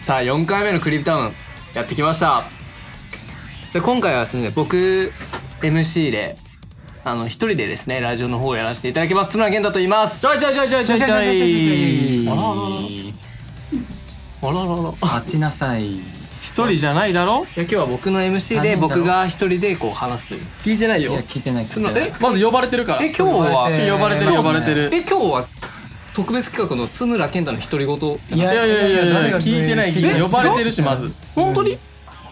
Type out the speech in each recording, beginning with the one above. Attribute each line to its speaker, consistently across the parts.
Speaker 1: さあ4回目のクリープタウンやってきましたで今回はですね僕 MC であの一人でですねラジオの方をやらせていただきます角田健太と言いますちょいちょいちょいちょいちょいちょいあらあらあらあら
Speaker 2: 待ちなさい
Speaker 3: 一人じゃないだろ
Speaker 1: いや今日は僕の MC で僕が一人でこう話すという
Speaker 3: 聞いてない
Speaker 2: い
Speaker 3: よ
Speaker 2: や聞いてない聞
Speaker 1: そ
Speaker 2: い
Speaker 1: の
Speaker 2: てない
Speaker 1: え
Speaker 3: まず呼ばれてるから
Speaker 1: え今日は
Speaker 2: え
Speaker 3: 呼ばれてる呼ばれてる
Speaker 1: え今日は特別企画の津村健太の独り言
Speaker 2: い
Speaker 3: いやいやいやいや
Speaker 2: 誰が
Speaker 3: 聞いてない聞いてない
Speaker 1: え
Speaker 3: 呼ばれてるし
Speaker 2: 違う
Speaker 3: まず
Speaker 1: 本当に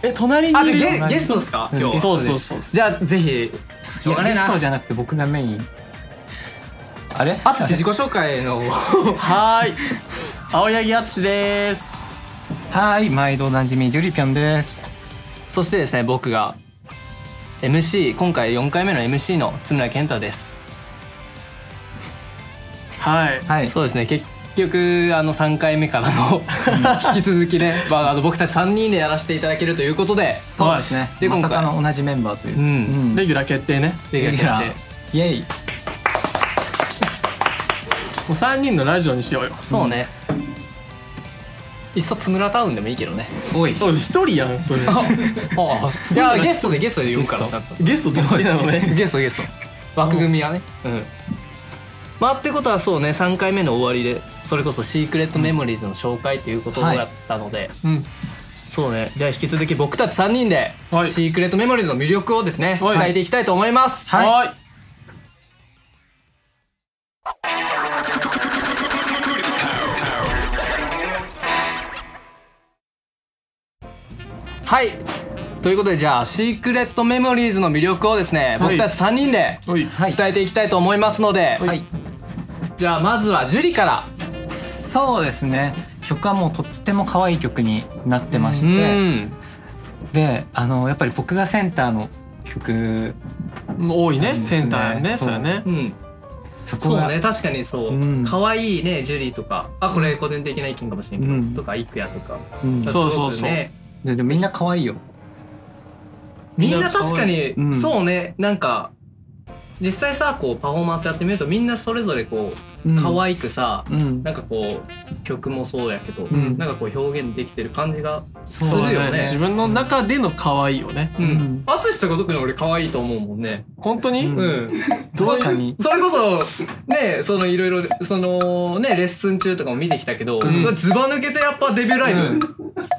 Speaker 3: え隣
Speaker 1: あ
Speaker 3: にい
Speaker 1: じ
Speaker 3: る
Speaker 1: ゃあ
Speaker 3: よ
Speaker 1: ゲゲストですか今日
Speaker 3: そうそうそう
Speaker 1: じゃあぜひし
Speaker 2: い
Speaker 1: ょう
Speaker 2: や
Speaker 1: がねえ
Speaker 2: ゲスト
Speaker 1: な
Speaker 2: じゃなくて僕がメインあれ
Speaker 1: あつし自己紹介の
Speaker 3: はーい青柳敦です
Speaker 2: はい毎度おなじみジュリピョンです
Speaker 1: そしてですね僕が MC 今回4回目の MC の津村健太です
Speaker 3: はい
Speaker 2: はい
Speaker 1: そうですね結局あの3回目からの引き続きね、まあ、あの僕たち3人でやらせていただけるということで
Speaker 2: そうですね
Speaker 1: で
Speaker 2: ま
Speaker 1: 今
Speaker 2: さ
Speaker 1: 回
Speaker 2: かの同じメンバーという
Speaker 1: うん
Speaker 2: うん
Speaker 3: レギュラー決定ね
Speaker 1: レギュラー決定
Speaker 2: イエイ
Speaker 3: もう3人のラジオにしようよ
Speaker 1: そうね、いっそ津村タウンでもいいけど ね
Speaker 2: おい
Speaker 3: そう一人やんそれ
Speaker 1: ああじゃあゲストでゲストで言うから
Speaker 2: ゲ
Speaker 1: ち
Speaker 2: スト
Speaker 1: ゃんと
Speaker 3: ゲストってことなのね
Speaker 1: ゲストゲスト 枠組みはねうんまあってことはそうね3回目の終わりでそれこそ「シークレットメモリーズ」の紹介ということ
Speaker 2: はい
Speaker 1: だったので、
Speaker 3: うん
Speaker 1: そうねじゃあ引き続き僕たち3人で、
Speaker 3: はい
Speaker 1: シークレットメモリーズの魅力をですね、
Speaker 3: はい
Speaker 1: 伝えていきたいと思います、
Speaker 2: はい
Speaker 3: は
Speaker 1: はいということでじゃあシークレットメモリーズの魅力をですね、
Speaker 3: はい
Speaker 1: 僕たち3人で
Speaker 3: いはい
Speaker 2: はい
Speaker 1: 伝えていきたいと思いますので、
Speaker 2: はい
Speaker 1: じゃあまずはジュリから
Speaker 2: そうですね曲はもうとっても可愛い曲になってまし
Speaker 1: う
Speaker 2: て
Speaker 1: ん
Speaker 2: であのやっぱり僕がセンターの曲
Speaker 3: 多いね
Speaker 2: です
Speaker 3: セ
Speaker 2: ね
Speaker 3: ンターやんね
Speaker 2: そ
Speaker 3: そううやね
Speaker 1: うん
Speaker 2: そこ
Speaker 1: そう
Speaker 2: が
Speaker 1: ね確かにそう
Speaker 2: うん
Speaker 1: 可愛、いいねジュリーとかあこれ個人的な意見かもしれんけど、
Speaker 2: うん
Speaker 1: とかイクヤとか
Speaker 2: うん
Speaker 3: そうそうそう
Speaker 1: すごくね
Speaker 2: ででもみんな可愛いよ
Speaker 1: みんな確かに、
Speaker 2: うん
Speaker 1: そうねなんか実際さこうパフォーマンスやってみるとみんなそれぞれこう可愛くさ、
Speaker 2: うん
Speaker 1: なんかこう曲もそうやけど、
Speaker 2: ん
Speaker 1: なんかこう表現できてる感じがす
Speaker 2: そ
Speaker 1: る
Speaker 2: う
Speaker 1: よね
Speaker 3: 自分の中での可愛いよね
Speaker 1: う
Speaker 2: うん
Speaker 1: ん淳とか特に俺可愛いと思うもんね
Speaker 3: 本当に
Speaker 2: う
Speaker 1: うんん、
Speaker 2: 確かに
Speaker 1: それこそねそのいろいろそのねレッスン中とかも見てきたけど、
Speaker 3: ん
Speaker 1: ずば抜けてやっぱデビューライブ、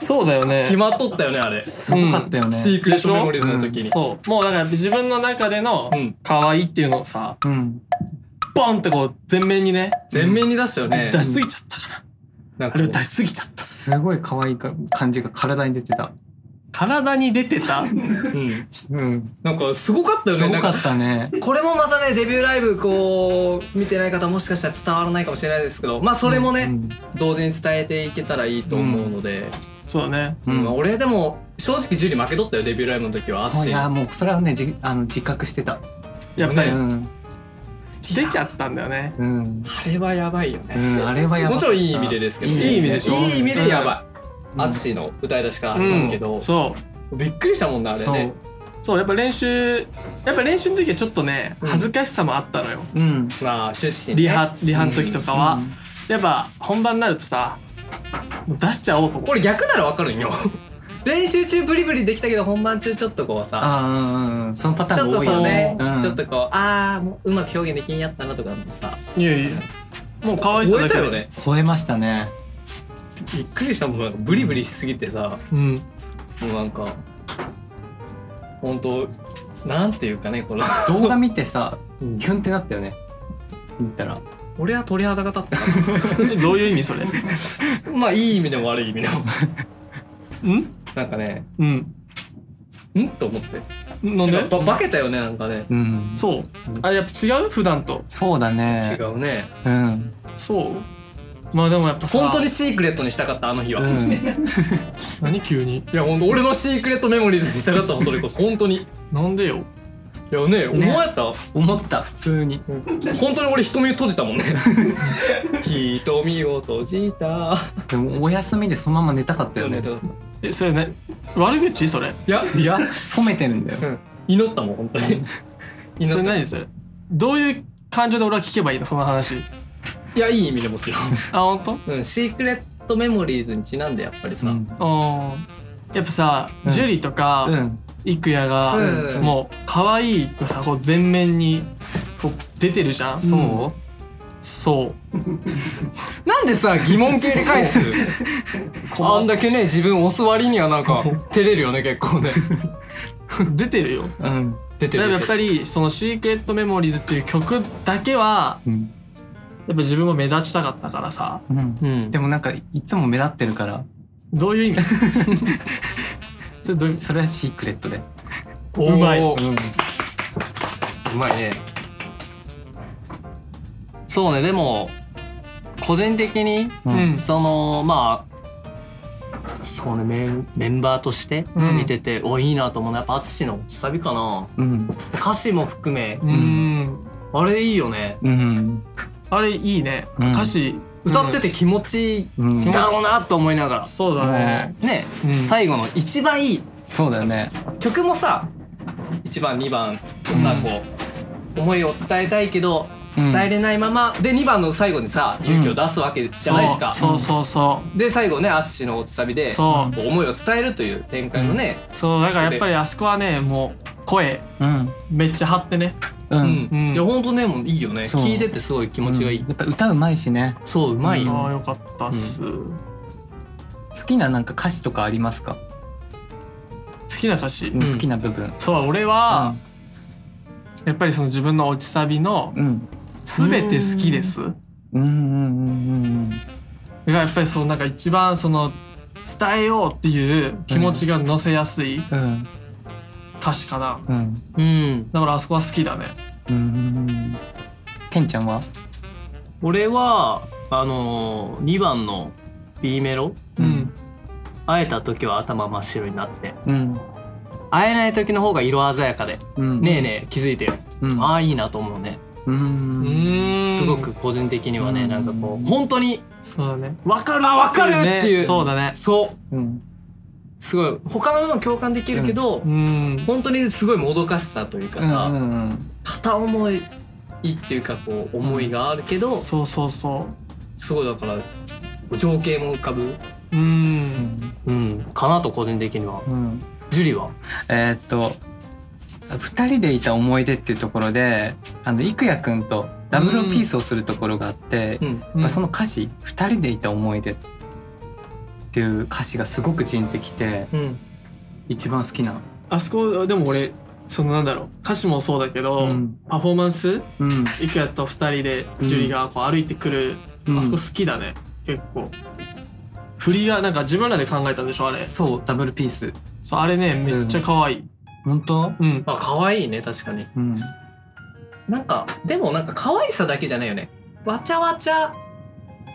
Speaker 3: そうだよね
Speaker 1: 決まっとったよねあれ
Speaker 2: すごかったよね
Speaker 1: シークレットメモリーズの時に、
Speaker 3: そうもうだから自分の中での
Speaker 1: うん
Speaker 3: 可愛いっていうのをさ
Speaker 2: うん
Speaker 3: ボンってこう全面にね
Speaker 1: 全面に出したよね
Speaker 3: 出しすぎちゃったかな
Speaker 1: なん
Speaker 3: あ
Speaker 1: か
Speaker 3: れ
Speaker 1: こ
Speaker 3: を
Speaker 1: う
Speaker 3: 出しすぎちゃった
Speaker 2: すごい可愛いか感じが体に出てた
Speaker 3: 体に出てた
Speaker 1: うん
Speaker 2: うん
Speaker 1: なんかすごかったよ
Speaker 2: す
Speaker 1: ね
Speaker 2: ごか
Speaker 1: なんか
Speaker 2: ったね
Speaker 1: これもまたねデビューライブこう見てない方もしかしたら伝わらないかもしれないですけどまあそれもね、
Speaker 2: うん
Speaker 1: 同時に伝えていけたらいいと思うので、
Speaker 3: そうだね
Speaker 2: うん
Speaker 1: まあ俺でも正直ジュリ負けとったよデビューライブの時は
Speaker 2: そう
Speaker 1: 淳
Speaker 2: いやもうそれはねじあの自覚してた
Speaker 3: やっぱ
Speaker 2: う
Speaker 3: り
Speaker 2: ん
Speaker 3: 出ちゃったんだよね
Speaker 2: うん
Speaker 1: あれはやばいよね
Speaker 2: うんあれはやば
Speaker 1: も
Speaker 2: か
Speaker 1: ち
Speaker 2: った
Speaker 1: ろんいい意味でですけど
Speaker 2: い
Speaker 3: い意味でしょ
Speaker 1: いい意味でやば
Speaker 2: うん
Speaker 1: い淳、の歌い出しから始ま
Speaker 3: う
Speaker 1: る
Speaker 3: ん
Speaker 1: けど、
Speaker 3: そ
Speaker 1: びっくりしたもんなあ
Speaker 2: そ
Speaker 1: れ
Speaker 2: う
Speaker 1: ね
Speaker 3: うそうやっぱ練習やっぱ練習の時はちょっとね
Speaker 1: うん
Speaker 3: 恥ずかしさもあったのよ
Speaker 2: うん
Speaker 1: まあ羞恥心ね
Speaker 3: リハリハの時とかはやっぱ本番になるとさもう出しちゃおうと思う
Speaker 1: これ逆ならわかるんよ練習中ブリブリできたけど本番中ちょっとこうさ
Speaker 2: ああうんうんそのパタ
Speaker 1: ち
Speaker 2: ー
Speaker 1: ょ
Speaker 2: ン
Speaker 1: っ
Speaker 2: が
Speaker 1: と
Speaker 2: 多い
Speaker 1: そう
Speaker 2: よ
Speaker 1: ね、
Speaker 2: うん
Speaker 1: ちょっとこうああもううまく表現できんやったなとかもさ
Speaker 3: いやいやもう可愛さ
Speaker 1: 覚え
Speaker 3: だ
Speaker 1: た
Speaker 3: けで
Speaker 1: よね
Speaker 2: 超えましたね
Speaker 1: びっくりしたもんなんかブリブリしすぎてさ
Speaker 3: うん
Speaker 1: もうなんか本当なんていうかねこの
Speaker 2: 動画見てさ
Speaker 1: うん
Speaker 2: キュンってなったよね見たら
Speaker 1: 俺は鳥肌が立っ
Speaker 3: どういう意味それ
Speaker 1: た まあいい意味でも悪い意味でも
Speaker 3: うん
Speaker 1: なんかね
Speaker 3: うん
Speaker 1: んと思って
Speaker 3: なんで
Speaker 1: なんかば化けたよねなんかね
Speaker 2: うん
Speaker 3: そうあやっぱ違う普段と
Speaker 2: そうだね
Speaker 1: 違うね
Speaker 2: うん
Speaker 3: そうまあでもやっぱさ
Speaker 1: 本当にシークレットにしたかったあの日は、
Speaker 2: う
Speaker 1: い
Speaker 2: ん
Speaker 3: 何急に
Speaker 1: や本当俺のシークレットメモリーズにしたかったもんそれこそ本当にい
Speaker 3: なんでよ
Speaker 1: やね思われた
Speaker 2: 思った普通に
Speaker 1: 本当に俺瞳閉じたもんね瞳を閉じた
Speaker 2: でもお休みでそのまま寝たかったよね
Speaker 1: い
Speaker 3: えそれね悪口それ
Speaker 1: や
Speaker 2: いや褒めてるんだよ
Speaker 1: 祈ったもん本当に
Speaker 3: そ
Speaker 1: 祈
Speaker 3: れ
Speaker 1: った
Speaker 3: 何それどういう感情で俺は聞けばいいのその話
Speaker 1: いやいい意味でもちろん、
Speaker 3: あ本
Speaker 1: うん、シークレットメモリーズにちなんでやっぱりさ、
Speaker 2: うん
Speaker 3: うんやっぱさ、
Speaker 2: うん
Speaker 3: ジュリとか、
Speaker 2: うん
Speaker 3: イクヤが、
Speaker 1: うん
Speaker 3: もう可愛いのさこう全面にこう出てるじゃん
Speaker 2: そう、
Speaker 3: そう
Speaker 1: なんでさ疑問形で返す あんだけね自分押す割にはなん か照れるよね結構ね
Speaker 3: 出てるよ
Speaker 2: うん
Speaker 1: 出て
Speaker 3: で
Speaker 1: る出
Speaker 3: もやってぱ
Speaker 1: る
Speaker 3: りその「シークレット・メモリーズ」っていう曲だけは
Speaker 2: うん
Speaker 3: やっぱ自分も目立ちたかったからさ
Speaker 2: うん
Speaker 1: うん
Speaker 2: でもなんかいつも目立ってるから
Speaker 3: どういう意味 それどういう
Speaker 2: それはシークレットで、
Speaker 3: うまい
Speaker 1: お
Speaker 2: うん、
Speaker 1: うまいねそうねでも個人的に、
Speaker 2: うん
Speaker 3: うん
Speaker 1: そのまあそうねメンメンバーとして
Speaker 3: うん
Speaker 1: 見てて、おいいなと思うのはやっぱ淳のサビかな
Speaker 2: うん
Speaker 1: 歌詞も含め、
Speaker 3: うん
Speaker 1: あれいいよね
Speaker 2: うん
Speaker 3: あれいいね
Speaker 2: うん
Speaker 3: 歌詞
Speaker 1: 歌ってて気持ちいい
Speaker 2: うん
Speaker 1: だろうなと思いながら、
Speaker 3: そうだね
Speaker 1: ね、
Speaker 3: うん
Speaker 1: 最後の一番いい
Speaker 2: そうだよね
Speaker 1: 曲もさ1番2番をさ、
Speaker 2: うん
Speaker 1: こう思いを伝えたいけど
Speaker 2: うん
Speaker 1: 伝えれないまま、で2番の最後にさ勇気を出すわけじゃないですか、
Speaker 3: そうそうそ
Speaker 1: で最後ね淳の落ちサビ
Speaker 3: う
Speaker 1: で
Speaker 3: そうそう
Speaker 1: こう思いを伝えるという展開のね、
Speaker 3: そうだからやっぱりあそこはねもう声
Speaker 2: うん
Speaker 3: めっちゃ張ってね
Speaker 2: うん、
Speaker 1: うん
Speaker 3: うん
Speaker 1: いやほんとねもういいよね
Speaker 2: そう
Speaker 1: 聞いててすごい気持ちがいい、
Speaker 2: うんやっぱ歌うまいしね
Speaker 1: そううまいよ、
Speaker 3: ああよかったっす、
Speaker 2: 好きななんか歌詞とかありますか、
Speaker 3: 好きな歌詞、
Speaker 2: うん、好きな部分
Speaker 3: そう俺は、やっぱりその自分の落ちサビの
Speaker 2: うん
Speaker 3: 「すべて好きです」
Speaker 2: うんうんうんうんうん
Speaker 3: がやっぱりそのなんか一番その伝えようっていう気持ちが乗せやすい
Speaker 2: うん
Speaker 3: 歌詞かな、
Speaker 2: うん
Speaker 1: うん
Speaker 3: だからあそこは好きだね
Speaker 2: うんケンちゃんは
Speaker 1: 俺はあのー、2番の B メロ
Speaker 2: うん
Speaker 1: 会えた時は頭真っ白になって
Speaker 2: うん
Speaker 1: 会えない時の方が色鮮やかで
Speaker 2: うん
Speaker 1: ねえねえ気づいてよ、
Speaker 2: うん
Speaker 1: ああいいなと思うね
Speaker 2: うん
Speaker 3: う
Speaker 2: うん
Speaker 3: ん
Speaker 1: すごく個人的にはね、
Speaker 2: うん
Speaker 1: なんかこう本当に
Speaker 3: そうだね
Speaker 1: 分かるあ分かるっていう、
Speaker 3: ねそうだね
Speaker 1: そう
Speaker 2: うん
Speaker 1: すごい他のものも共感できるけど、
Speaker 3: うん
Speaker 1: 本当にすごいもどかしさというかさ、
Speaker 2: うんうん
Speaker 1: 片思いっていうかこう思いがあるけど、
Speaker 3: そうそうそ
Speaker 1: すごいだから情景も浮かぶ、
Speaker 3: ううん
Speaker 1: うん、かなと個人的には
Speaker 2: うんうん
Speaker 1: ジュリは
Speaker 2: えーっと二人でいた思い出っていうところであの郁也くんとダブルピースをするところがあって、
Speaker 1: うん
Speaker 2: やっぱその歌詞「二人でいた思い出」っていう歌詞がすごくジーンってきて
Speaker 1: うん
Speaker 2: 一番好きな
Speaker 3: あそこでも俺そのなんだろう歌詞もそうだけど、
Speaker 2: うん
Speaker 3: パフォーマンス
Speaker 2: うん
Speaker 3: いくやと二人で
Speaker 2: うん
Speaker 3: ジュリがこう歩いてくる、
Speaker 2: うん
Speaker 3: あそこ好きだね結構振りがなんか自分らで考えたんでしょあれ
Speaker 2: そうダブルピース
Speaker 3: そうあれねめっちゃ可愛い
Speaker 2: 本当
Speaker 3: うん、
Speaker 1: まあ可愛いね確かに
Speaker 2: うん
Speaker 1: なんかでもなんか可愛さだけじゃないよねわちゃわちゃ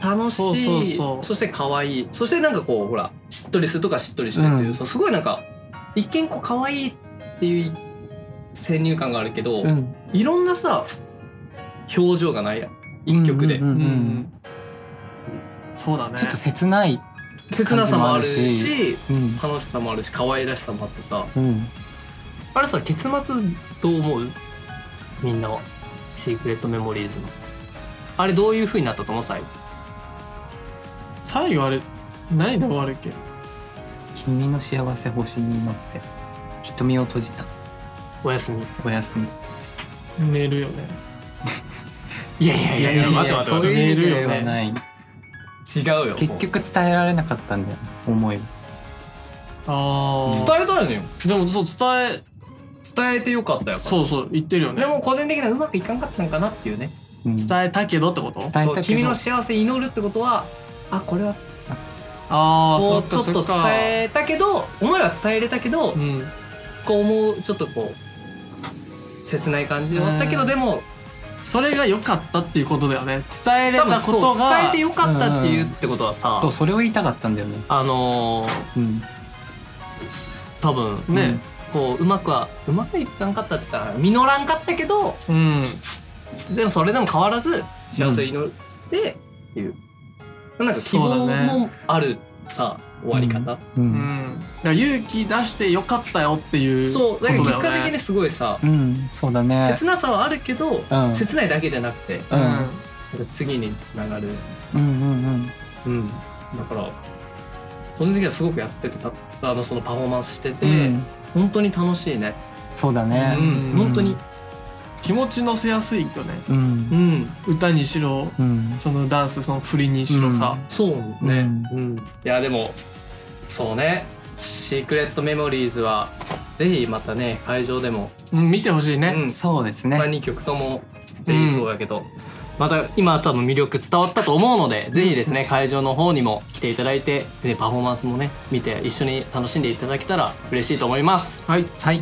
Speaker 1: 楽しいそう
Speaker 3: そそうそう
Speaker 1: して可愛いそしてなんかこうほらしっとりするとかしっとりしてっていう、
Speaker 2: うん
Speaker 1: そのすごいなんか一見こう可愛いっていう先入観があるけど、
Speaker 2: うん
Speaker 1: いろんなさ表情がないやん一曲で、
Speaker 2: うんうんうん
Speaker 3: うんそうだね
Speaker 2: ちょっと切ない
Speaker 1: 切なさもある
Speaker 2: 感
Speaker 1: し
Speaker 2: じうん
Speaker 1: 楽しさもあるし可愛らしさもあってさ
Speaker 2: うん
Speaker 1: あれさ結末どう思うみんなはシークレットメモリーズのあれどういう風になったと思う最後
Speaker 3: 最後あれ何で終わるっけ
Speaker 2: 君の幸せ星に乗って瞳を閉じた
Speaker 1: おやすみ
Speaker 2: おやすみ
Speaker 3: 寝るよね
Speaker 1: いやいやいやいや、待って待っ
Speaker 3: そういう意味では
Speaker 2: ない
Speaker 1: て。違うよ。
Speaker 2: 結局伝えられなかったんだよ思いを
Speaker 3: あ
Speaker 1: 伝
Speaker 3: あ
Speaker 1: えたいのよ。
Speaker 3: でもそう伝
Speaker 1: 伝えてよかったよ。
Speaker 3: えそうそう言ってるよね
Speaker 1: でも個人的にはうまくいかなかったのかなっていうね。
Speaker 2: うん伝
Speaker 3: 伝えたけどってこと
Speaker 2: え
Speaker 1: そ
Speaker 2: た
Speaker 1: う
Speaker 2: け
Speaker 1: 君
Speaker 2: ど
Speaker 1: の幸せ祈るってことは、あ、これは
Speaker 3: ああ
Speaker 1: こ
Speaker 3: そうっ
Speaker 1: ち
Speaker 3: か
Speaker 1: ょっ
Speaker 3: そ
Speaker 1: と
Speaker 3: っ
Speaker 1: 伝
Speaker 3: か
Speaker 1: えたけど、お前らは伝えれたけど
Speaker 3: う、ん
Speaker 1: こう思う、ちょっとこう、切ない感じだったけ
Speaker 3: う
Speaker 1: ど、
Speaker 3: ん
Speaker 1: でも、
Speaker 3: それが良かったっていうことだよね伝えれ
Speaker 1: 多分
Speaker 3: た
Speaker 1: そ
Speaker 3: こ
Speaker 1: う
Speaker 3: とが
Speaker 1: 伝えてよかったっていう
Speaker 2: う
Speaker 1: っ
Speaker 2: ん
Speaker 1: てことはさ
Speaker 2: そ、うそれを言いたかったんだよね
Speaker 1: あのー、
Speaker 2: うん
Speaker 1: 多分、
Speaker 3: ね
Speaker 1: こう、うまくは、うまくいかなかったって言ったら、実らんかったけど、
Speaker 3: うん
Speaker 1: でもそれでも変わらず幸せに祈ってっていう、なんか希望
Speaker 3: そうだね
Speaker 1: もあるさ終わり方、
Speaker 2: う
Speaker 3: うんん、だから勇気出してよかったよっていう
Speaker 1: そうだから
Speaker 3: こと
Speaker 1: 結
Speaker 3: よ
Speaker 1: 果的にすごいさ、
Speaker 2: うんそうだね
Speaker 1: 切なさはあるけど、
Speaker 2: うん
Speaker 1: 切ないだけじゃなくて
Speaker 2: うん
Speaker 1: なんか次につながる、
Speaker 2: うんうんうん
Speaker 1: うん、だからその時はすごくやっててたあのそのパフォーマンスしてて、
Speaker 2: うん
Speaker 1: 本当に楽しいね、
Speaker 2: そうだね
Speaker 1: うん
Speaker 3: うん
Speaker 1: 本当に、
Speaker 3: 気持ち乗せやすいよね
Speaker 2: うん
Speaker 1: うん、
Speaker 3: 歌にしろ
Speaker 2: うん
Speaker 3: そのダンスその振りにしろさ、
Speaker 1: そうね、
Speaker 2: うん
Speaker 1: うんいやでもそうねシークレットメモリーズはぜひまたね会場でも、
Speaker 3: うん見てほしいね、
Speaker 1: うん
Speaker 2: そうです
Speaker 1: まあ、
Speaker 2: ね
Speaker 1: 2曲ともぜひそうやけど、また今多分魅力伝わったと思うので、ぜひですね会場の方にも来ていただいてぜひパフォーマンスもね見て一緒に楽しんでいただけたら嬉しいと思います
Speaker 3: はい
Speaker 2: はい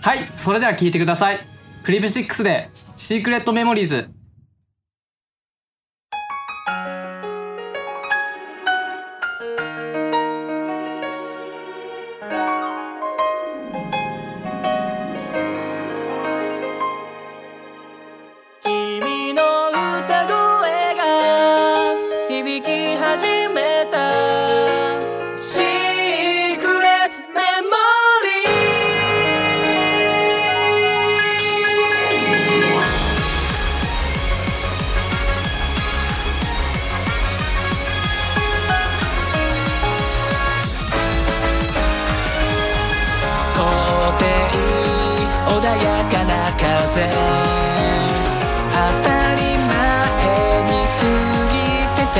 Speaker 1: はいそれでは聴いてくださいクリブ6で「シークレットメモリーズ」
Speaker 4: 君の歌声が響き始めたシークレットメモリー到底穏やかな風当たり前に過ぎてて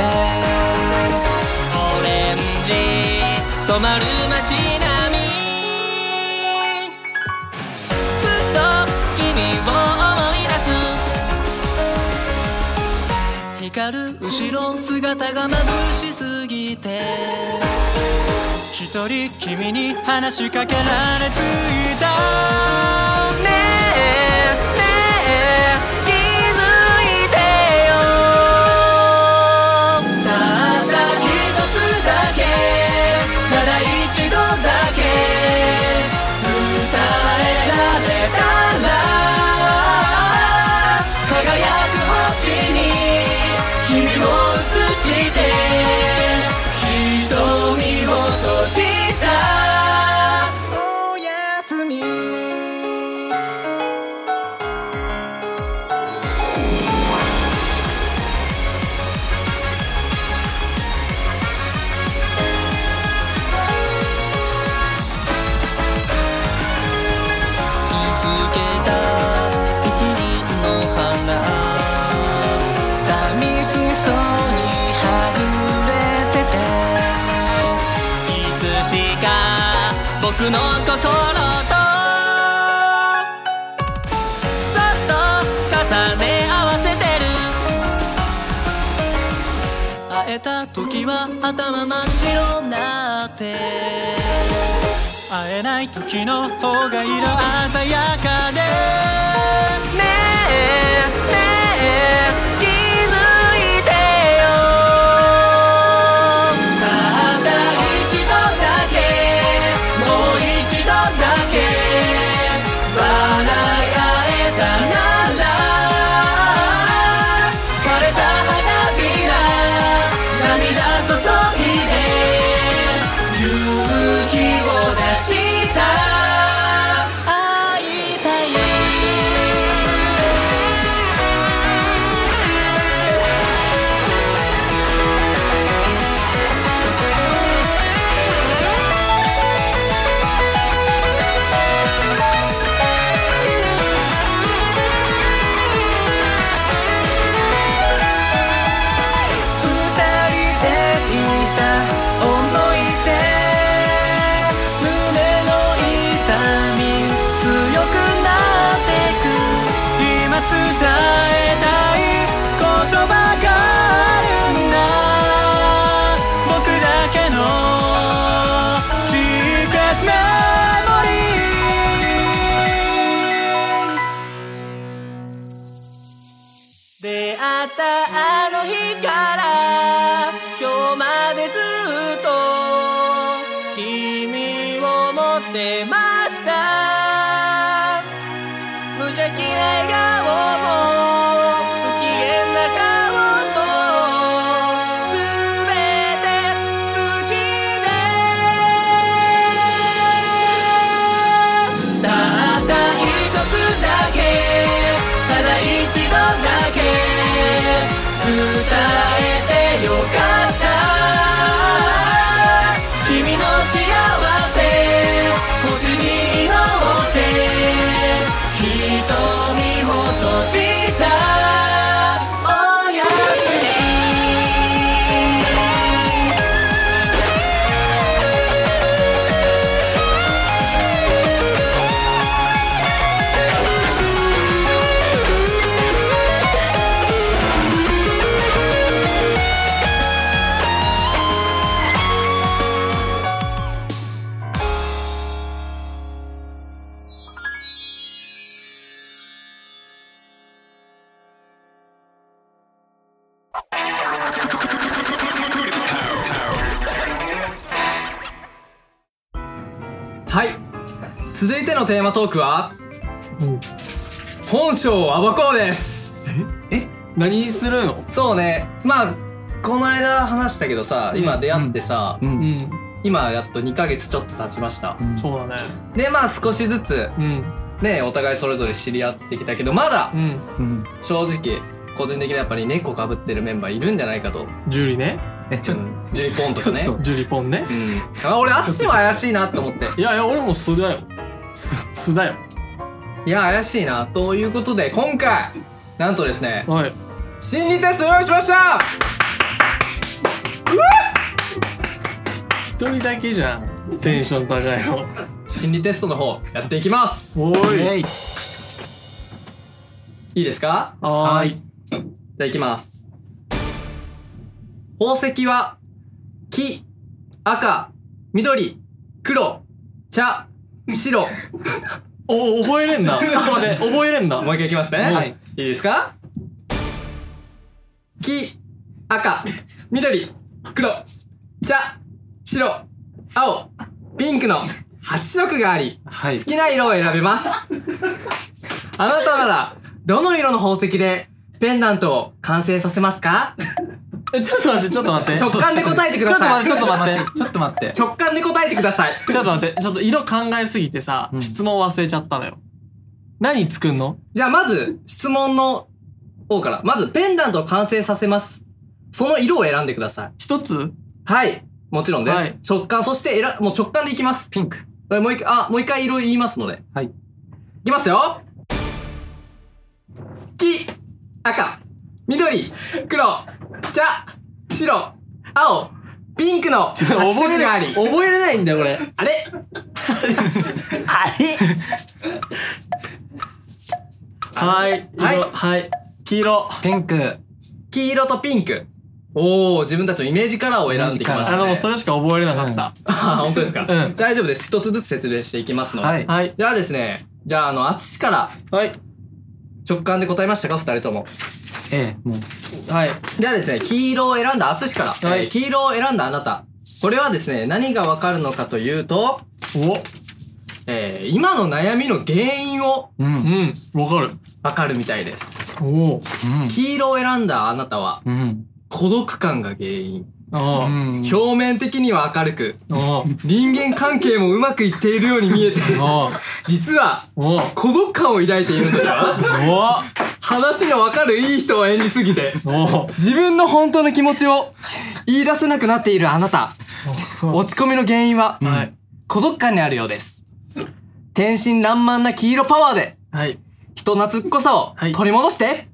Speaker 4: オレンジ染まる街並みふと君を思い出す光る後ろ姿が眩しすぎて一人君に話しかけられついたねえねえ気づいてよたった一つだけただ一度だけ伝えられたら輝く星に君を映して瞳を閉じたおやすみ見つけた一輪の花寂しそうにはぐれてていつしか僕の心とさっと重ね合わせてる会えた時は頭真っ白になって会えない時の方が色鮮やかでねえねえ気づいてよたった一度だけもう一度だけ笑い合えたなら枯れた花びら涙注いで勇気を出した会いたい二人でいた思い出胸の痛み強くなってく今伝えたい言葉があるんだ僕だけのシークレットメモリー出会ったあの日から今日までずっと君を持ってました無邪気な笑顔も不機嫌な顔も全て好きですたった一つだけただ一度だけ伝えてよかった
Speaker 1: 続いてのテーマトークは本性を暴こうです
Speaker 3: 何するの
Speaker 1: そうねまあこの間話したけどさ今出会ってさ、
Speaker 2: うんうん
Speaker 3: ん
Speaker 1: 今やっと2ヶ月ちょっと経ちました、
Speaker 2: うん
Speaker 3: そうだね
Speaker 1: でまあ少しずつ
Speaker 3: うん
Speaker 1: ねお互いそれぞれ知り合ってきたけどまだ
Speaker 3: うん
Speaker 2: うん
Speaker 1: 正直個人的にやっぱり猫かぶってるメンバーいるんじゃないかと、
Speaker 3: ジュリね
Speaker 2: え
Speaker 1: う
Speaker 2: ちょっと
Speaker 1: ん、ジュリポンとかね
Speaker 2: ちょっ
Speaker 1: う
Speaker 2: と
Speaker 3: ジュリポンね
Speaker 1: ん、あ俺淳は怪しいなと思って
Speaker 3: いやいや俺も素だよ素素だよ
Speaker 1: いや怪しいなということで今回なんとですね
Speaker 3: はい
Speaker 1: 心理テスト用意しました
Speaker 3: 一人だけじゃんテンション高いの
Speaker 1: 心理テストの方やっていきます
Speaker 3: お
Speaker 2: え
Speaker 3: ーい
Speaker 2: い
Speaker 1: いいですか
Speaker 3: はーい
Speaker 1: じゃあいきます宝石は黄赤緑黒茶白
Speaker 3: お覚えれんなちょっと待って覚えれんな
Speaker 1: もう一回いきますね。
Speaker 3: はい
Speaker 1: い。いですか黄、赤、緑、黒、茶、白、青、ピンクの8色があり、
Speaker 2: はい
Speaker 1: 好きな色を選べます。あなたなら、どの色の宝石でペンダントを完成させますか
Speaker 3: えちょっと待ってちょっと待ってち
Speaker 1: 直
Speaker 3: ょっと
Speaker 1: 感で答えてくだ
Speaker 3: 待
Speaker 1: さ
Speaker 3: っ
Speaker 1: い。
Speaker 3: てちょっと待って
Speaker 2: ちょっと待って
Speaker 1: 直感で答えてください。
Speaker 3: ちょっと待ってちょっと色考えすぎてさ
Speaker 2: うん
Speaker 3: 質問忘れちゃったのよ何作んの
Speaker 1: じゃあまず、質問の方から。まず、ペンダントを完成させます。その色を選んでください。
Speaker 3: 一つ
Speaker 1: はい。もちろんです。
Speaker 3: はい
Speaker 1: 直感、そしてえら、もう直感でいきます。
Speaker 2: ピンク
Speaker 1: えもう一回、あ、もう一回色言いますので。
Speaker 2: はい
Speaker 1: いきますよ黄、赤、緑、黒、茶、白、青、ピンクの8色があり。
Speaker 3: 覚えれないんだよこれ
Speaker 1: あ れ
Speaker 3: あれはい
Speaker 1: はい
Speaker 3: 色はい黄色
Speaker 2: ピンク
Speaker 1: 黄色とピンク。おー、自分たちのイメージカラーを選んできまし
Speaker 2: イメージ
Speaker 1: た
Speaker 3: あ
Speaker 2: カ
Speaker 1: ね。
Speaker 3: のもうそれしか覚えれなかった
Speaker 1: あ本当ですか、
Speaker 3: うん
Speaker 1: 大丈夫です。一つずつ説明していきますので。
Speaker 2: はい
Speaker 3: はい
Speaker 1: じゃあですね、じゃあ、あの、淳から
Speaker 3: はい
Speaker 1: 直感で答えましたか二人とも。
Speaker 2: えもう
Speaker 3: はい
Speaker 1: じゃあですね、黄色を選んだ淳から、
Speaker 3: はい
Speaker 1: えー黄色を選んだあなた。これはですね、何がわかるのかというと、
Speaker 3: お
Speaker 1: えー今の悩みの原因を
Speaker 2: うんうん
Speaker 3: うんわかる
Speaker 1: わかるみたいです。
Speaker 3: おお
Speaker 1: 黄色を選んだあなたは、
Speaker 2: うん
Speaker 1: 孤独感が原因。
Speaker 2: う
Speaker 3: あ
Speaker 2: ん
Speaker 1: 表面的には明るく、
Speaker 3: ああ
Speaker 1: 人間関係もうまくいっているように見えて、
Speaker 3: あ
Speaker 1: 実は、
Speaker 3: おお
Speaker 1: 孤独感を抱いているんだよ。話のわかるいい人を演じすぎて、
Speaker 3: おお
Speaker 1: 自分の本当の気持ちを言い出せなくなっているあなた。落ち込みの原因は、
Speaker 3: はい
Speaker 1: 孤独感にあるようです。天真爛漫な黄色パワーで、
Speaker 3: はい
Speaker 1: 人懐っこさを
Speaker 3: はい
Speaker 1: 取り戻して、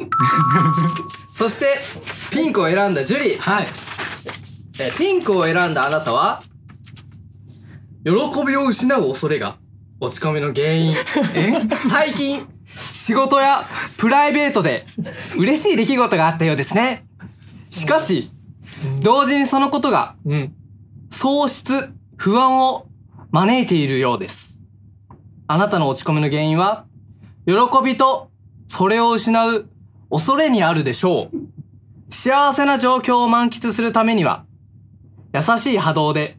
Speaker 1: そして、ピンクを選んだジュリー。
Speaker 2: はい
Speaker 1: えーピンクを選んだあなたは、喜びを失う恐れが落ち込みの原因。最近、仕事やプライベートで嬉しい出来事があったようですね。しかし、同時にそのことが
Speaker 3: うん
Speaker 1: 喪失、不安を招いているようです。あなたの落ち込みの原因は、喜びとそれを失う恐れにあるでしょう。幸せな状況を満喫するためには、優しい波動で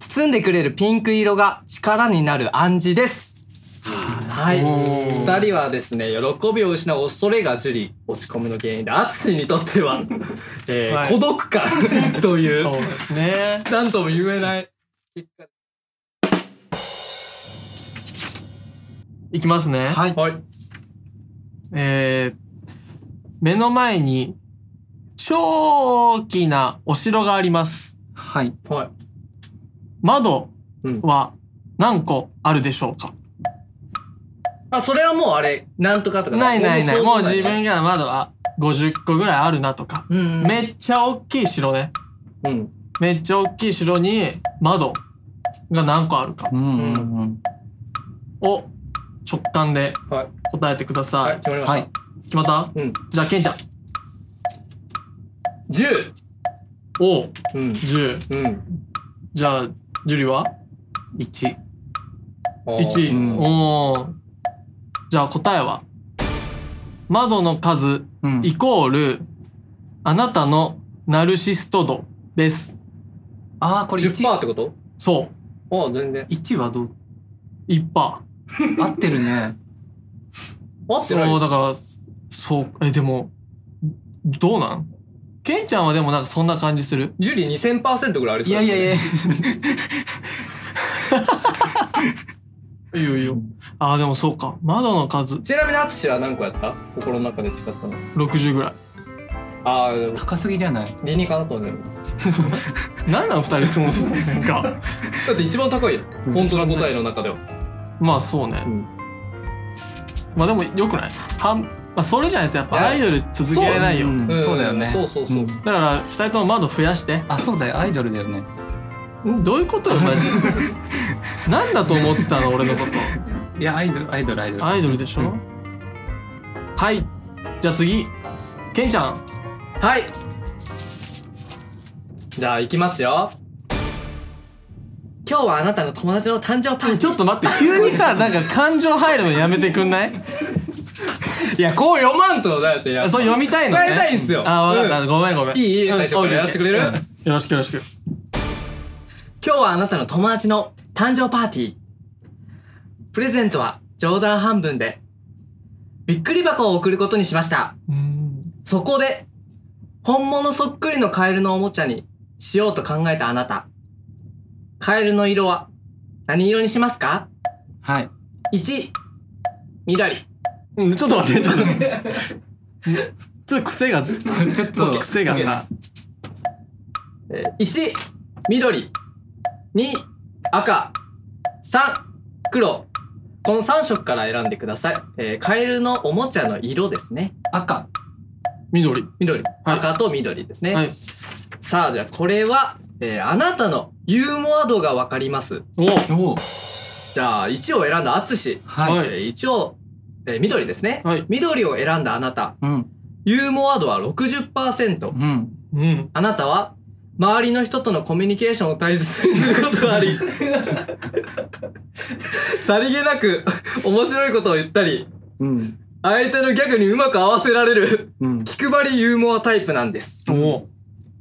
Speaker 1: 包んでくれるピンク色が力になる暗示です。はい。二人はですね、喜びを失う恐れがジュリー、落ち込みの原因で、アツシにとっては、えー
Speaker 3: はい
Speaker 1: 孤独感という。
Speaker 3: そうですね
Speaker 1: なんとも言えない。
Speaker 3: いきますね
Speaker 2: はい
Speaker 1: はい。
Speaker 3: えー目の前に超大きなお城があります。
Speaker 2: はい
Speaker 1: はい。
Speaker 3: 窓は何個あるでしょうか、
Speaker 1: あ、それはもうあれ、なんとかとか
Speaker 3: ないないない。もう自。
Speaker 1: 想
Speaker 3: 分が窓は50個ぐらいあるなとか。
Speaker 1: 像うん。
Speaker 3: めっちゃ大きい城ね。
Speaker 1: うん。
Speaker 3: めっちゃ大きい城に窓が何個あるか
Speaker 2: うんうんうん
Speaker 3: を直感で
Speaker 1: はい。
Speaker 3: 答えてくださ
Speaker 1: は
Speaker 3: い。
Speaker 1: い、決まりま
Speaker 2: は
Speaker 1: し
Speaker 2: い
Speaker 1: た。
Speaker 3: 決まった
Speaker 1: うん。
Speaker 3: じゃあ、ケンちゃん。
Speaker 1: 10。
Speaker 3: おう、
Speaker 1: うん。
Speaker 3: 10。
Speaker 1: うん。
Speaker 3: じゃあ、ジュリは
Speaker 2: 一
Speaker 3: 1、
Speaker 2: うん
Speaker 3: おーじゃあ答えは窓の数
Speaker 2: うん
Speaker 3: イコールあなたのナルシスト度です
Speaker 2: ああこれ
Speaker 1: 10%
Speaker 2: 一
Speaker 1: ってこと
Speaker 3: そ
Speaker 1: ああ、全然。
Speaker 2: 一はどう
Speaker 3: う1%
Speaker 2: 合って るね。
Speaker 1: 合ってない
Speaker 3: そう、
Speaker 1: よ
Speaker 3: だから、そう、え、でも、どうなんケンちゃんはでもなんかそんな感じする。
Speaker 1: ジュリー2000%ぐらいあり
Speaker 2: い
Speaker 1: そう
Speaker 2: や
Speaker 1: だ
Speaker 2: い
Speaker 1: けど
Speaker 2: や
Speaker 1: ね
Speaker 2: いや。
Speaker 3: いいよいいよ。ああ、でもそうか。窓の数、
Speaker 1: ちなみに淳は何個やった心の中で誓ったの
Speaker 3: 60ぐらい。
Speaker 1: ああでも
Speaker 2: 高すぎじゃない。
Speaker 1: 理にかなと思うね
Speaker 3: なんなん二人ともすんのなんか。
Speaker 1: だって一番高いよ本当の答えの中では
Speaker 3: まあそうね。
Speaker 1: うん
Speaker 3: まあでもよくない半、まあ、それじゃないとやっぱアイドル続けられないよ。
Speaker 2: うんそうだよね。
Speaker 1: そうそうそう、
Speaker 2: うん
Speaker 3: だから二人とも窓増やして。
Speaker 2: あ、そうだよ。アイドルだよね。
Speaker 3: んどういうことよ、 マジで。なんだと思ってたの、俺のこ
Speaker 2: いや、アイドル、アイドル、アイドル
Speaker 3: と。。アイドルでしょ、
Speaker 2: うん
Speaker 3: はい。じゃあ次。ケンちゃん。
Speaker 1: はいじゃあ行きますよ今日はあなたの友達の誕生パーティー
Speaker 3: ちょっ と待って、急にさ、なんか感情入るのやめてくんない
Speaker 1: いやこう読まんとだってや
Speaker 3: あそう読みたいのね。
Speaker 1: 伝えたいんすよ
Speaker 3: あ、わかった、
Speaker 1: うん
Speaker 3: ごめんごめん。
Speaker 1: いいいい
Speaker 3: うん
Speaker 1: 最初から
Speaker 3: オッケー
Speaker 1: やらせてくれる
Speaker 3: うんよろしくよろしく。
Speaker 1: 今日はあなたの友達の誕生パーティー。プレゼントは冗談半分で、びっくり箱を送ることにしました。そこで、本物そっくりのカエルのおもちゃにしようと考えたあなた。カエルの色は何色にしますか
Speaker 2: はい。
Speaker 1: ?1、緑。
Speaker 3: うん、ちょっと 待って、ちょっと待って。ちょっと癖が、ち
Speaker 2: ちょっと
Speaker 3: ょっと癖がさ。
Speaker 1: えー1、緑。2、赤。3、黒。この3色から選んでください。えーカエルのおもちゃの色ですね。
Speaker 2: 赤。
Speaker 3: 緑。
Speaker 1: 緑、
Speaker 3: はい
Speaker 1: 赤と緑ですね、
Speaker 3: はい。
Speaker 1: さあじゃあこれは、えーあなたのユーモア度がわかります
Speaker 3: お
Speaker 2: おお。
Speaker 1: じゃあ1を選んだ淳、
Speaker 2: はい。
Speaker 3: はい
Speaker 1: えー、1を、えー緑ですね、
Speaker 3: はい
Speaker 1: 緑を選んだあなた
Speaker 2: うん。
Speaker 1: ユーモア度は60%、
Speaker 2: うん。
Speaker 3: うん。
Speaker 1: あなたは周りの人とのコミュニケーションを大切にすることがあ りさりげなく面白いことを言ったり
Speaker 2: うん。
Speaker 1: 相手のギャグにうまく合わせられる
Speaker 2: うん。
Speaker 1: 気配りユーモアタイプなんです
Speaker 3: お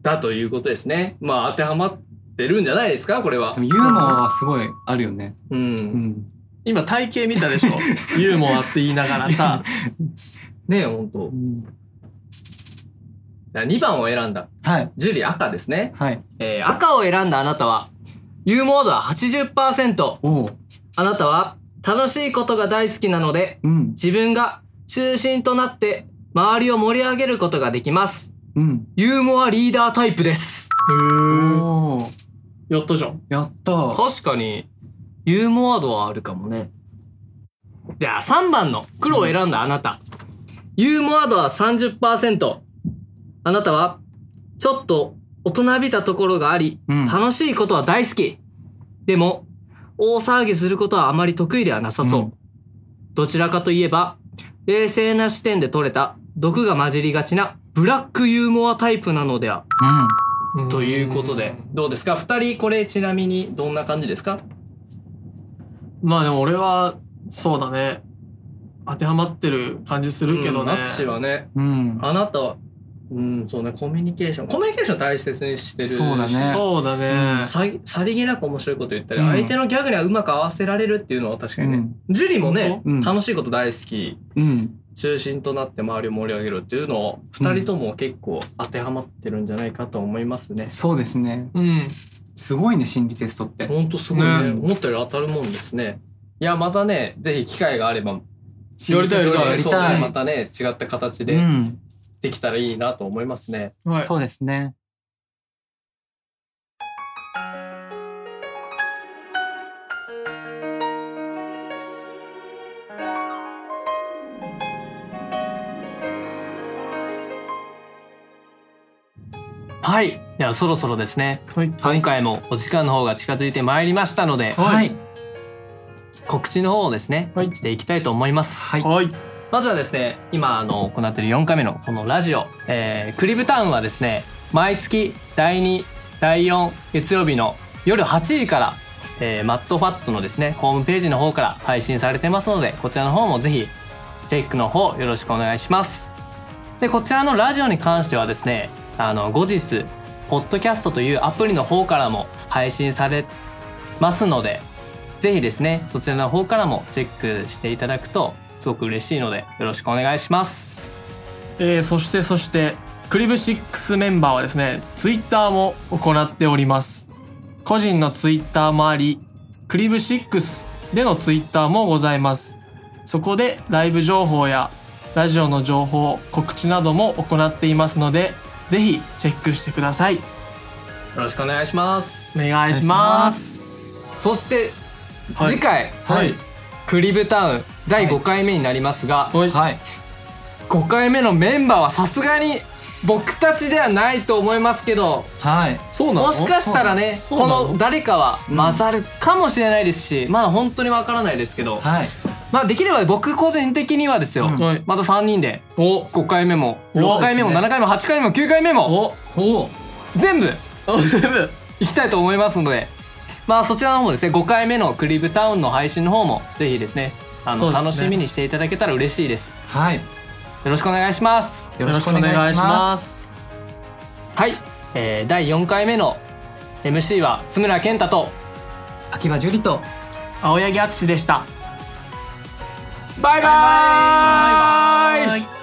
Speaker 1: だということですね。まあ当てはまってるんじゃないですか、これは
Speaker 2: で。もユーモアはすごいあるよね。
Speaker 1: う。
Speaker 2: うんん。
Speaker 3: 今体型見たでしょユーモアって言いながらさ。
Speaker 1: ねえ、ほんと。2番を選んだ。
Speaker 2: はい。
Speaker 1: ジュリ赤ですね。
Speaker 2: はい。
Speaker 1: えー、赤を選んだあなたは、ユーモア度は80%。
Speaker 2: おお。
Speaker 1: あなたは、楽しいことが大好きなので、
Speaker 2: うん。
Speaker 1: 自分が中心となって、周りを盛り上げることができます。
Speaker 2: うん。
Speaker 1: ユーモアリーダータイプです。
Speaker 2: おお。
Speaker 3: やったじゃん。
Speaker 2: やった。
Speaker 1: 確かに、ユーモア度はあるかもね。じゃあ3番の黒を選んだあなた。ユーモア度は30%。あなたは、ちょっと大人びたところがあり、
Speaker 2: うん
Speaker 1: 楽しいことは大好き。でも、大騒ぎすることはあまり得意ではなさそう。
Speaker 2: うん
Speaker 1: どちらかといえば、冷静な視点で取れた毒が混じりがちなブラックユーモアタイプなのではということで、どうですか二人これちなみにどんな感じですか
Speaker 3: まあでも俺は、そうだね。当てはまってる感じするけどね。
Speaker 1: うん淳はね
Speaker 2: うん。
Speaker 1: あなたはうんそうねコミュニケーションコミュニケーション大切にしてる
Speaker 2: そうだね
Speaker 3: そうだね。
Speaker 1: ささりげなく面白いこと言ったり、
Speaker 2: うん
Speaker 1: 相手のギャグにはうまく合わせられるっていうのは確かにね、樹ジュリもね、
Speaker 2: うん
Speaker 1: 楽しいこと大好き
Speaker 2: うん。
Speaker 1: 中心となって周りを盛り上げるっていうのを
Speaker 2: うん
Speaker 1: 二人とも結構当てはまってるんじゃないかと思いますね、
Speaker 2: そうですね。
Speaker 3: うん。
Speaker 2: すごいね、心理テストって。
Speaker 1: ほんとすごいね
Speaker 3: ね
Speaker 1: 思ったより当たるもんですねいやまたねぜひ機会があれば
Speaker 3: やりたいやりたい
Speaker 2: やり
Speaker 1: そうね
Speaker 2: た
Speaker 1: ま
Speaker 2: い。
Speaker 1: たね違った形
Speaker 2: う
Speaker 1: で
Speaker 2: ん。
Speaker 1: できたらいいなと思いますね、
Speaker 3: はい。
Speaker 2: そうですね。
Speaker 1: はい。ではそろそろですね。
Speaker 3: はい
Speaker 1: 今回もお時間の方が近づいてまいりましたので、
Speaker 2: はい。
Speaker 1: 告知の方をですね、
Speaker 3: はい
Speaker 1: していきたいと思います。
Speaker 2: はい。
Speaker 3: はい。
Speaker 1: まずはですね、今あの行っている4回目のこのラジオ、えークリブタウンはですね、毎月第2、第4月曜日の夜8時から、えーマットファットのですね、ホームページの方から配信されてますので、こちらの方もぜひチェックの方よろしくお願いします。でこちらのラジオに関してはですねあの後日ポッドキャストというアプリの方からも配信されますのでぜひですねそちらの方からもチェックしていただくとすごく嬉しいのでよろしくお願いします
Speaker 3: えーそしてそしてクリブ6メンバーはですねツイッターも行っております個人のツイッターもありクリブ6でのツイッターもございますそこでライブ情報やラジオの情報告知なども行っていますのでぜひチェックしてください
Speaker 1: よろしくお願いします
Speaker 3: お願いします
Speaker 1: そして、
Speaker 3: はい
Speaker 1: 次回
Speaker 3: はい
Speaker 1: クリブタウン第5回目になりますが、
Speaker 3: はい
Speaker 2: はい
Speaker 1: 5回目のメンバーはさすがに僕たちではないと思いますけど
Speaker 2: はい
Speaker 3: そうなの
Speaker 1: もしかしたらね
Speaker 3: そう
Speaker 1: こ
Speaker 3: なの
Speaker 1: の誰かは混ざるかもしれないですし、まだ本当にわからないですけど、
Speaker 2: はい
Speaker 1: まあできれば僕個人的にはですよ、
Speaker 2: うん
Speaker 3: はい
Speaker 1: また3人で
Speaker 3: お
Speaker 1: 5回目も
Speaker 2: そうですね
Speaker 1: 6回目も7回目も8回目も9回目も
Speaker 3: お
Speaker 2: お
Speaker 1: 全部
Speaker 3: お全部
Speaker 1: 行きたいと思いますのでまあそちらの方もですね5回目のクリブタウンの配信の方もぜひですねあの
Speaker 3: そうですね
Speaker 1: 楽しみにしていただけたら嬉しいです
Speaker 2: はい
Speaker 1: よろしくお願いします
Speaker 2: よろしくお願いします
Speaker 1: はい、えー第4回目の MC は津村健太と
Speaker 2: 秋葉樹里と
Speaker 3: 青柳敦でした
Speaker 1: バイバーイ
Speaker 3: バイバイ